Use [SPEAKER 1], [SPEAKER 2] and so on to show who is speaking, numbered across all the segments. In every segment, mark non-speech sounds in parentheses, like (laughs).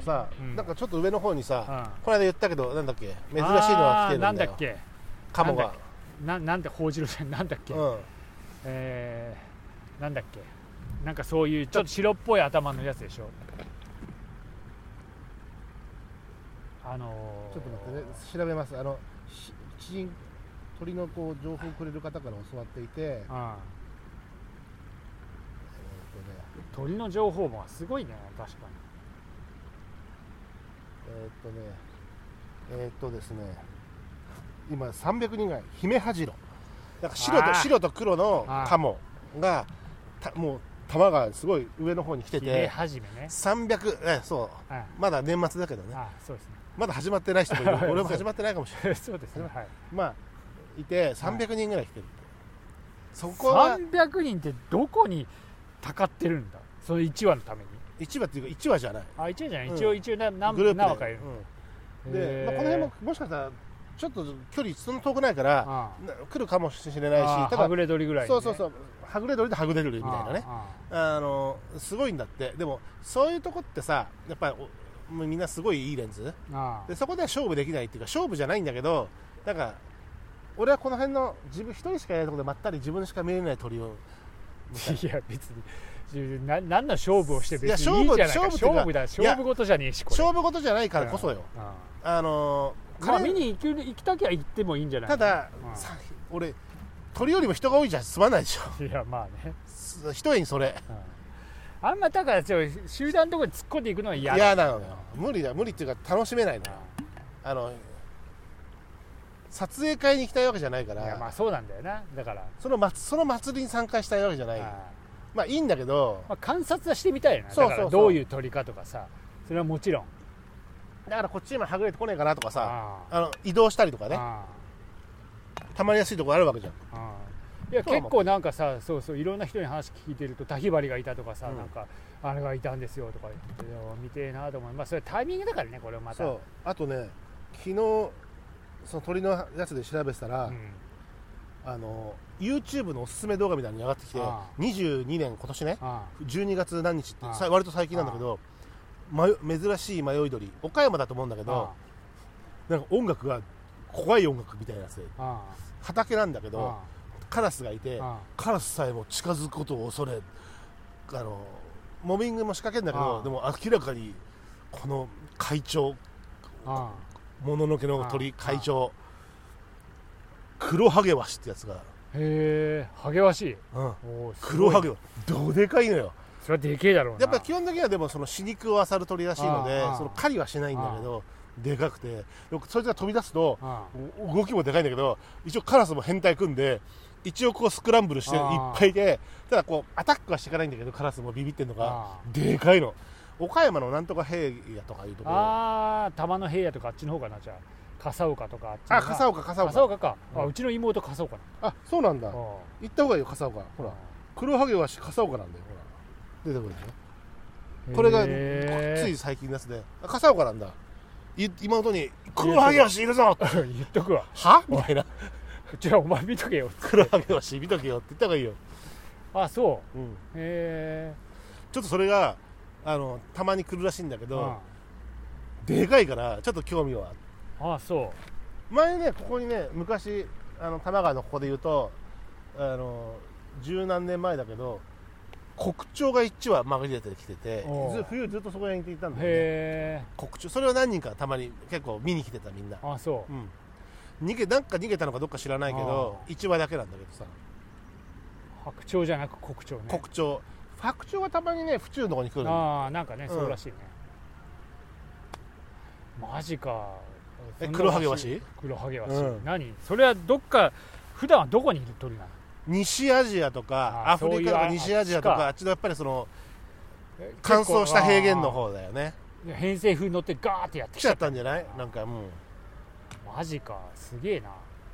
[SPEAKER 1] さ、
[SPEAKER 2] うん
[SPEAKER 1] なんかちょっと上の方にさ、
[SPEAKER 2] う
[SPEAKER 1] この間言ったけどなんだっけ珍しいの
[SPEAKER 2] あ
[SPEAKER 1] が
[SPEAKER 2] ー
[SPEAKER 1] 来て
[SPEAKER 2] な
[SPEAKER 1] る
[SPEAKER 2] ん
[SPEAKER 1] ん
[SPEAKER 2] だ
[SPEAKER 1] だ
[SPEAKER 2] っ
[SPEAKER 1] よ
[SPEAKER 2] け
[SPEAKER 1] カモ
[SPEAKER 2] な
[SPEAKER 1] が
[SPEAKER 2] んななんて報じるじゃんなんだっけ、
[SPEAKER 1] うん
[SPEAKER 2] えー、なんだっけなんかそういうちょっと白っぽい頭のやつでしょあのー、
[SPEAKER 3] ちょっと待ってね、調べます。あの、し知人、鳥のこう情報をくれる方から教わっていて、えーっとね
[SPEAKER 2] うん鳥の情報もすごいね確か
[SPEAKER 3] えーっとね、えーっとですね、今300人ぐらい、ヒメハジロ。
[SPEAKER 1] なんか白
[SPEAKER 2] あー
[SPEAKER 1] と白と黒の
[SPEAKER 2] あー
[SPEAKER 1] カモがたもう玉がすごい上の方に来て
[SPEAKER 2] に姫
[SPEAKER 1] て
[SPEAKER 2] はじめね
[SPEAKER 1] 300えそう
[SPEAKER 2] はい
[SPEAKER 1] まだ年末だけどね
[SPEAKER 2] あそうですね (laughs)
[SPEAKER 1] まだ始まってない人もいる俺も始まってないかもしれない
[SPEAKER 2] そうですね、はい、
[SPEAKER 1] まあいて300人ぐらい来てるそこは
[SPEAKER 2] 300人ってどこにたかってるんだその1話のために
[SPEAKER 1] 1話っていうか1話じゃない
[SPEAKER 2] あ1話じゃない、
[SPEAKER 1] うん
[SPEAKER 2] 一応一応な何
[SPEAKER 1] グループで
[SPEAKER 2] 何話かいる
[SPEAKER 1] うんで、まあ、この辺ももしかしたらちょっと距離そんな遠くないから
[SPEAKER 2] あ
[SPEAKER 1] な来るかもしれ
[SPEAKER 2] あ
[SPEAKER 1] ない
[SPEAKER 2] あ
[SPEAKER 1] し
[SPEAKER 2] あ
[SPEAKER 1] た
[SPEAKER 2] は
[SPEAKER 1] だ
[SPEAKER 2] ぐれ鳥ぐらい、ね、
[SPEAKER 1] そうそう
[SPEAKER 2] う
[SPEAKER 1] そうはぐれ鳥ではぐれ鳥みたいなね
[SPEAKER 2] あ
[SPEAKER 1] あのすごいんだってでもそういうとこってさやっぱりおもうみんなすごいいいレンズ
[SPEAKER 2] あああ
[SPEAKER 1] でそこでは勝負できないっていうか勝負じゃないんだけどなんか俺はこの辺の自分一人しかいないところでまったり自分しか見えない鳥を
[SPEAKER 2] いや別にな何の勝負をして
[SPEAKER 1] いや
[SPEAKER 2] 別にいいじゃないか
[SPEAKER 1] 勝負
[SPEAKER 2] 勝負
[SPEAKER 1] 勝負って
[SPEAKER 2] だ
[SPEAKER 1] いや
[SPEAKER 2] 勝負事じゃねえしこれ
[SPEAKER 1] 勝負事じゃないからこそよ、
[SPEAKER 2] あ
[SPEAKER 1] あの
[SPEAKER 2] あまあ
[SPEAKER 1] 彼
[SPEAKER 2] 見に行ける行きたきゃ行ってもいいんじゃない
[SPEAKER 1] ただ、
[SPEAKER 2] うん
[SPEAKER 1] さ俺鳥よりも人が多いじゃ済まないでしょ
[SPEAKER 2] いやまあね、
[SPEAKER 1] す (laughs) 一重にそれ
[SPEAKER 2] うん、あんまだからちょ集団のところに突っ込んでいくのは嫌だ
[SPEAKER 1] 嫌なのよ無理だ無理っていうか楽しめないのよ
[SPEAKER 2] う
[SPEAKER 1] あの撮影会に行きたいわけじゃないか
[SPEAKER 2] んいや
[SPEAKER 1] ら
[SPEAKER 2] まあそうなんだよなだから、
[SPEAKER 1] その祭その祭りに参加したいわけじゃない
[SPEAKER 2] ああ
[SPEAKER 1] まあいいんだけど
[SPEAKER 2] まあ、観察はしてみたいよな
[SPEAKER 1] そうそう
[SPEAKER 2] だ
[SPEAKER 1] そう
[SPEAKER 2] からどういう鳥かとかさそれはもちろん
[SPEAKER 1] だからこっちにもはぐれてこねえかなとかさ
[SPEAKER 2] ああ
[SPEAKER 1] あの移動したりとかね
[SPEAKER 2] あ
[SPEAKER 1] たまりやすいとこあるわけじゃん
[SPEAKER 2] あああいや
[SPEAKER 1] そうなの
[SPEAKER 2] 結構なんかさそうそういろんな人に話聞いてるとタヒバリがいたとかさ、
[SPEAKER 1] うん
[SPEAKER 2] なんかあれがいたんですよとか言っていや見てえなと思いますそれタイミングだからねこれをまた
[SPEAKER 1] そう
[SPEAKER 3] あとね、昨日、その鳥のやつで調べてたら、
[SPEAKER 2] うん
[SPEAKER 1] あの YouTube のおすすめ動画みたいなのに上がってきて
[SPEAKER 2] ああ
[SPEAKER 1] 22年今年ね
[SPEAKER 2] あ
[SPEAKER 1] 12月何日って
[SPEAKER 2] ああ
[SPEAKER 1] さ割と最近なんだけどまよ珍しい迷い鳥岡山だと思うんだけ
[SPEAKER 2] ああ
[SPEAKER 1] どなんか音楽が怖い音楽みたいなやつで
[SPEAKER 2] あ
[SPEAKER 1] 畑なんだけ
[SPEAKER 2] あ
[SPEAKER 1] どカラスがいて
[SPEAKER 2] あ
[SPEAKER 1] カラスさえも近づくことを恐れあのモビングも仕掛けるんだけ
[SPEAKER 2] ああ
[SPEAKER 1] どでも明らかにこの会長
[SPEAKER 2] あ
[SPEAKER 1] もののけの鳥
[SPEAKER 2] ああ
[SPEAKER 1] 会長黒ハゲワシってやつが、
[SPEAKER 2] へえハゲワシ
[SPEAKER 1] うん、
[SPEAKER 2] おーすご
[SPEAKER 1] 黒
[SPEAKER 2] い
[SPEAKER 1] ハゲワシどでかいのよ
[SPEAKER 2] それはでけえだろうな
[SPEAKER 1] やっぱり基本的にはでもその死肉を漁る鳥らしいので
[SPEAKER 2] ああ
[SPEAKER 1] その狩りはしないんだけどでかくてよくそいつが飛び出すと
[SPEAKER 2] あ
[SPEAKER 1] お動きもでかいんだけど一応カラスも変態組んで一応こうスクランブルしていっ
[SPEAKER 2] ああ
[SPEAKER 1] ぱいいてただこうアタックはしていかないんだけどカラスもビビってんのが
[SPEAKER 2] あ
[SPEAKER 1] でかいの岡山のなんとか平野とかいうところあ
[SPEAKER 2] ああ玉の平野とかあっちの方かなじゃあ笠岡とかあっちの方
[SPEAKER 1] 笠岡笠岡
[SPEAKER 2] 笠岡か、
[SPEAKER 1] うん
[SPEAKER 2] あうちの妹笠岡なん
[SPEAKER 3] あ、そうなんだ
[SPEAKER 2] だ。
[SPEAKER 3] 行った方がいいよ、笠岡。ほら、黒ハゲは笠岡なんだよ、
[SPEAKER 1] 出てくるでしょ
[SPEAKER 2] うん
[SPEAKER 1] これが
[SPEAKER 2] へー
[SPEAKER 1] つい最近のやつであ笠岡なんだい今のとに「黒ハゲワシいるぞ!」
[SPEAKER 2] (laughs) 言っとくわ
[SPEAKER 1] はみたいな
[SPEAKER 2] うちはお前見とけよ
[SPEAKER 1] 「黒ハゲワシ見とけよ」って言った方がいいよ、
[SPEAKER 2] あそう
[SPEAKER 1] うん、
[SPEAKER 2] へ
[SPEAKER 1] ちょっとそれがあのたまに来るらしいんだけ
[SPEAKER 2] え
[SPEAKER 1] どでかいからちょっと興味はある
[SPEAKER 2] ああそう
[SPEAKER 1] 前ねここにね昔あの多摩川のここで言うとあの十何年前だけど国鳥が一羽紛れてきてて
[SPEAKER 2] おう
[SPEAKER 1] ず冬ずっとそこにいていたんだよね
[SPEAKER 2] へえ
[SPEAKER 1] 国鳥それを何人かたまに結構見に来てたみんな
[SPEAKER 2] あそ
[SPEAKER 1] うん逃げなんか逃げたのかどっか知らないけど
[SPEAKER 2] あ
[SPEAKER 1] 一羽だけなんだけどさ
[SPEAKER 2] う白鳥じゃなく黒鳥ね
[SPEAKER 1] 国鳥白鳥はたまにね府中のとこに来るの
[SPEAKER 2] ああなんか
[SPEAKER 1] う
[SPEAKER 2] ね、
[SPEAKER 1] ん
[SPEAKER 2] そうらしいねマジか
[SPEAKER 1] え
[SPEAKER 2] そんな
[SPEAKER 1] 黒ハゲワシ
[SPEAKER 2] 黒ハゲワシ、
[SPEAKER 1] うん
[SPEAKER 2] 何それはどっか普段はどこにいる鳥なの
[SPEAKER 1] 西アジアと
[SPEAKER 2] あ
[SPEAKER 1] かアフリカ
[SPEAKER 2] そう
[SPEAKER 1] と
[SPEAKER 2] いうあ
[SPEAKER 1] か西アジアと
[SPEAKER 2] あ
[SPEAKER 1] かあっちのやっぱりその乾燥した平原の方だよね
[SPEAKER 2] いや偏西風に乗ってガーってやって
[SPEAKER 1] 来
[SPEAKER 2] き
[SPEAKER 1] ち
[SPEAKER 2] ち
[SPEAKER 1] ゃ
[SPEAKER 2] ゃ
[SPEAKER 1] っ
[SPEAKER 2] った
[SPEAKER 1] たんじゃないなんかもう
[SPEAKER 2] マジかすげえな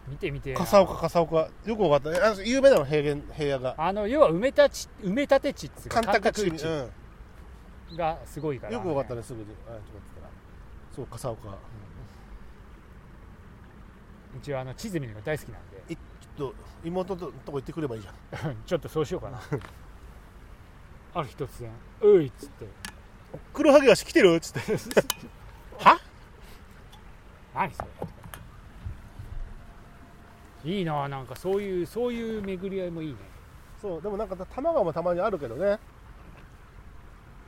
[SPEAKER 2] 見て見て
[SPEAKER 1] 笠岡笠岡よくわかったあの有名なの平原平野が
[SPEAKER 2] あの要は埋め立ち埋め立て地っつうか
[SPEAKER 1] 干拓地、
[SPEAKER 2] 干
[SPEAKER 1] う
[SPEAKER 2] 拓
[SPEAKER 1] ん、
[SPEAKER 2] 地がすごいから、
[SPEAKER 1] よくわかった
[SPEAKER 2] ね
[SPEAKER 1] ねすぐにあちょっと待ってたらそう笠岡
[SPEAKER 2] うちはあの地図見るの大好きなんで
[SPEAKER 1] ちょっと妹のとこ行ってくればいいじゃん
[SPEAKER 2] (laughs) ちょっとそうしようかなある日突然「うい」っつって
[SPEAKER 1] 黒ハゲ足来てるっつって。は
[SPEAKER 2] 何それいいななんかそういうそういう巡り合いもいいね
[SPEAKER 1] そう、でもなんか玉川もたまにあるけどね。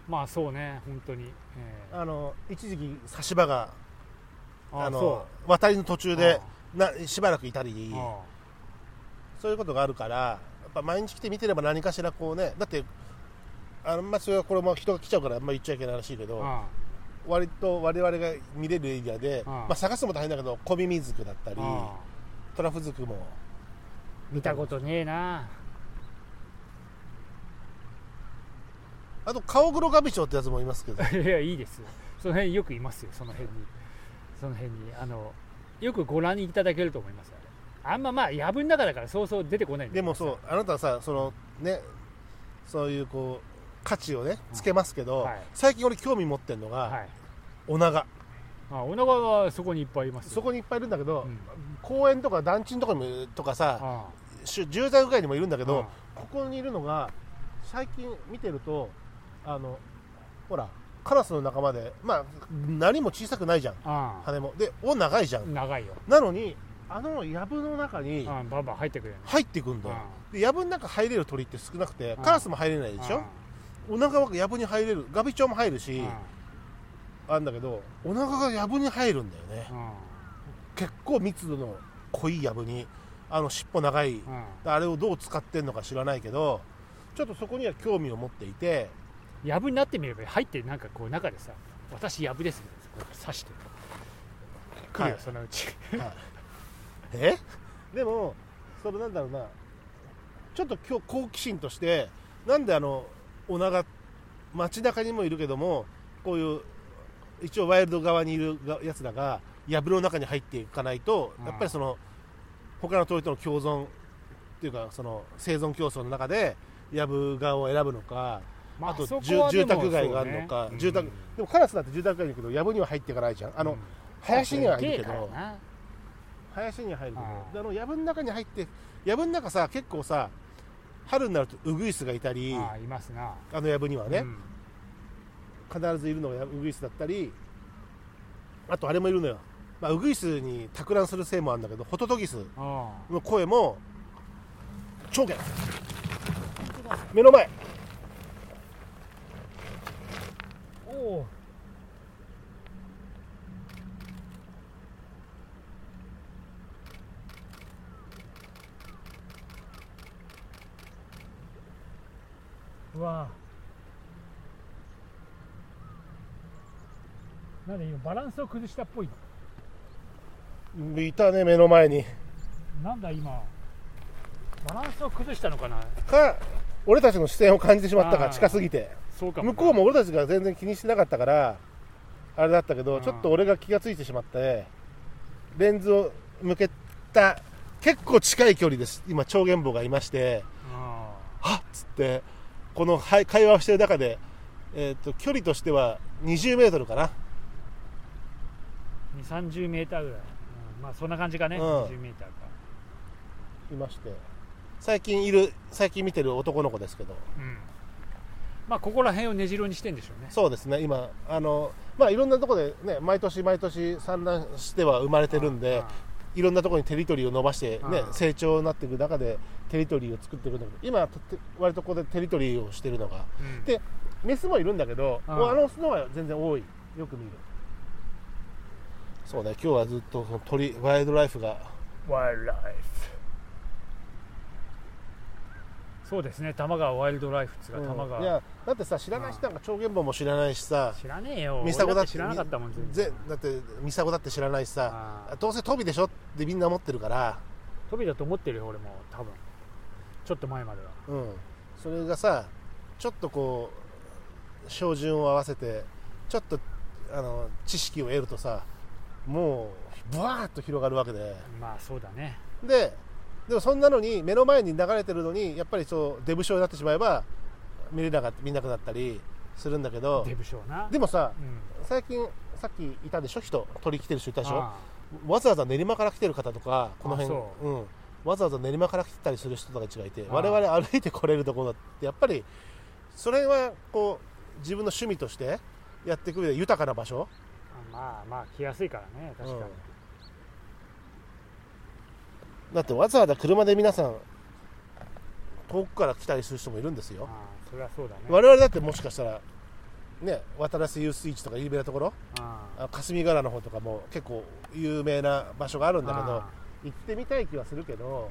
[SPEAKER 2] まあそうね本当に、え
[SPEAKER 1] あの、一時期差し場が、
[SPEAKER 2] ーあ
[SPEAKER 1] あの
[SPEAKER 2] そ、
[SPEAKER 1] 渡りの途中
[SPEAKER 2] う
[SPEAKER 1] で、な、しばらくいたり
[SPEAKER 2] あ、あ
[SPEAKER 1] そういうことがあるから、やっぱ毎日来て見てれば何かしらこうね、だって、あのまあ、それはこれも人が来ちゃうからあんま言っちゃいけないらしいけど、
[SPEAKER 2] あ
[SPEAKER 1] 割と我々が見れるエリアで、
[SPEAKER 2] うん
[SPEAKER 1] まあ、探すのも大変だけど、小耳づくだったり、
[SPEAKER 2] あ
[SPEAKER 1] トラフづくも、
[SPEAKER 2] 見たことねえな (laughs)
[SPEAKER 1] あと、顔黒ガビチョウってやつもいますけ
[SPEAKER 2] (laughs)
[SPEAKER 1] ど、
[SPEAKER 2] いやいいですその辺よくいますよその辺にその辺にあのよくご覧いただけると思いますよあれあんままあ野分の中だからそうそう出てこないんだ
[SPEAKER 1] で
[SPEAKER 2] けど
[SPEAKER 1] もそう、あなたはさ、そのね、そういうこう、価値をね、つけますけど、
[SPEAKER 2] はい
[SPEAKER 1] 最近俺興味持ってるのが、
[SPEAKER 2] はい
[SPEAKER 1] オナガ。
[SPEAKER 2] あお腹はそこにいっぱいいますよ
[SPEAKER 1] そこにいっぱいいるんだけど、
[SPEAKER 2] うん
[SPEAKER 1] 公園とか団地のとこにもとかさ、
[SPEAKER 2] あ
[SPEAKER 1] しゅ住宅街にもいるんだけ
[SPEAKER 2] け
[SPEAKER 1] ど、ここにいるのが最近見てるとあのほらカラスの仲間でまあ何も小さくないじゃん
[SPEAKER 2] ああ
[SPEAKER 1] 羽もで尾長いじゃん
[SPEAKER 2] 長いよ
[SPEAKER 1] なのにあの藪の中に
[SPEAKER 2] ああバンバン入ってくるよね
[SPEAKER 1] 入ってくんだよ
[SPEAKER 2] あ
[SPEAKER 1] で藪の中入れる鳥って少なくて
[SPEAKER 2] うん
[SPEAKER 1] カラスも入れない
[SPEAKER 2] あ
[SPEAKER 1] でしょお腹は藪に入れるガビチョウも入るし
[SPEAKER 2] あ
[SPEAKER 1] あるんだけどお腹が藪に入るんだよね
[SPEAKER 2] ああ
[SPEAKER 1] 結構密度の濃い藪にあの尻尾長い
[SPEAKER 2] あああ
[SPEAKER 1] あれをどう使ってんのか知らないけどちょっとそこには興味を持っていて
[SPEAKER 2] やぶになってみれば入ってなんかこう中でさ「私やぶです」こう刺して来るよ、
[SPEAKER 1] はい
[SPEAKER 2] そのうち
[SPEAKER 1] え (laughs) でもそれなんだろうなちょっと今日好奇心としてなんであのオナガ街中にもいるけどもこういう一応ワイルド側にいるがやつらが藪の中に入っていかないと
[SPEAKER 2] うん
[SPEAKER 1] やっぱりその他の鳥との共存っていうかその生存競争の中で藪側を選ぶのか
[SPEAKER 2] ま
[SPEAKER 1] あと
[SPEAKER 2] そこ
[SPEAKER 1] 住
[SPEAKER 2] はで
[SPEAKER 1] 住
[SPEAKER 2] も
[SPEAKER 1] 宅街があるの
[SPEAKER 2] そう
[SPEAKER 1] か
[SPEAKER 2] ね、うん
[SPEAKER 1] 住宅でもカラスだって住宅街に行くけど藪には入っていかないじゃんあの、
[SPEAKER 2] うん
[SPEAKER 1] 林にはいるけど、
[SPEAKER 2] でかいな
[SPEAKER 1] 林には入るけど
[SPEAKER 2] あー
[SPEAKER 1] であの藪の中に入って藪の中さ結構さ春になるとウグイスがいたり
[SPEAKER 2] ああ
[SPEAKER 1] あ
[SPEAKER 2] いますな
[SPEAKER 1] の藪にはね、
[SPEAKER 2] うん
[SPEAKER 1] 必ずいるのがウグイスだったりあとあれもいるのよ、まあ、ウグイスに托卵するせいもあるんだけどホトトギス
[SPEAKER 2] ああ
[SPEAKER 1] の声も超弦目の前
[SPEAKER 2] おおうわあなんで今バランスを崩したっぽい
[SPEAKER 1] いたね目の前に
[SPEAKER 2] のなんだ今バランスを崩したのかな
[SPEAKER 1] か俺たちの視線を感じてしまった
[SPEAKER 2] あ
[SPEAKER 1] か
[SPEAKER 2] ー
[SPEAKER 1] 近すぎて
[SPEAKER 2] そうか
[SPEAKER 1] 向こうも俺たちが全然気にしてなかったからあれだったけど
[SPEAKER 2] うん
[SPEAKER 1] ちょっと俺が気がついてしまってレンズを向けた結構近い距離です今超弦棒がいまして
[SPEAKER 2] あ
[SPEAKER 1] はっつってこのはい会話をしてる中で、えー、と距離としては2 0ルかな
[SPEAKER 2] 2 3 0メーターぐらい、うんまあそんな感じかね、
[SPEAKER 1] うん
[SPEAKER 2] 2 0メーターか
[SPEAKER 1] いまして最近いる最近見てる男の子ですけど
[SPEAKER 2] うんまあここら辺を根城にしてんでしょうね
[SPEAKER 1] そうですね今あのまあいろんなとこでね毎年毎年産卵しては生まれてるんで、
[SPEAKER 2] あ
[SPEAKER 1] いろんなところにテリトリーを伸ばして、ね
[SPEAKER 2] う、ん
[SPEAKER 1] 成長になっていく中でテリトリーを作っていくんだけど今とって割とここでテリトリーをしてるのが
[SPEAKER 2] あうん
[SPEAKER 1] でメスもいるんだけど、
[SPEAKER 2] うん
[SPEAKER 1] もうあのオスの方が全然多いよく見るそうね今日はずっとその鳥ワイルドライフが
[SPEAKER 2] ワイルドライフそうですね玉川ワイルドライフっつうか玉
[SPEAKER 1] うんい
[SPEAKER 2] 川
[SPEAKER 1] やだってさ知らない人なんか超現場も知らないしさ
[SPEAKER 2] 知らねえよ
[SPEAKER 1] ミサゴだっ
[SPEAKER 2] 俺だってて知らなかったもん全
[SPEAKER 1] ぜ
[SPEAKER 2] 然
[SPEAKER 1] だってミサゴだって知らないしさ
[SPEAKER 2] ああ
[SPEAKER 1] どうせトビでしょってみんな思ってるから
[SPEAKER 2] 飛びだと思ってるよ俺も多分ちょっと前までは
[SPEAKER 1] うん、それがさちょっとこう照準を合わせてちょっとあの知識を得るとさもうブワーッと広がるわけで
[SPEAKER 2] まあそうだね
[SPEAKER 1] ででもそんなのに目の前に流れてるのにやっぱりそうデブ症になってしまえば見れなかった見なくなったりするんだけど
[SPEAKER 2] デブ賞な
[SPEAKER 1] でもさ
[SPEAKER 2] うん
[SPEAKER 1] 最近さっきいたでしょ人取り来てる人いたでしょ
[SPEAKER 2] あ
[SPEAKER 1] わざわざ練馬から来てる方とかこの辺、
[SPEAKER 2] あそう
[SPEAKER 1] ん、わざわざ練馬から来てたりする人たちがいて
[SPEAKER 2] あ
[SPEAKER 1] 我々歩いてこれるところだってやっぱりそれはこう自分の趣味としてやっていく上で豊かな場所
[SPEAKER 2] まあまあ来やすいからね確かに、
[SPEAKER 1] だってわざわざ車で皆さん遠くから来たりする人もいるんですよ、
[SPEAKER 2] ああそれはそうだね
[SPEAKER 1] 我々だってもしかしたらね渡良瀬遊水地とか有名なところ
[SPEAKER 2] ああ
[SPEAKER 1] あ霞ヶ浦の方とかも結構有名な場所があるんだけど
[SPEAKER 2] あ
[SPEAKER 1] 行ってみたい気はするけど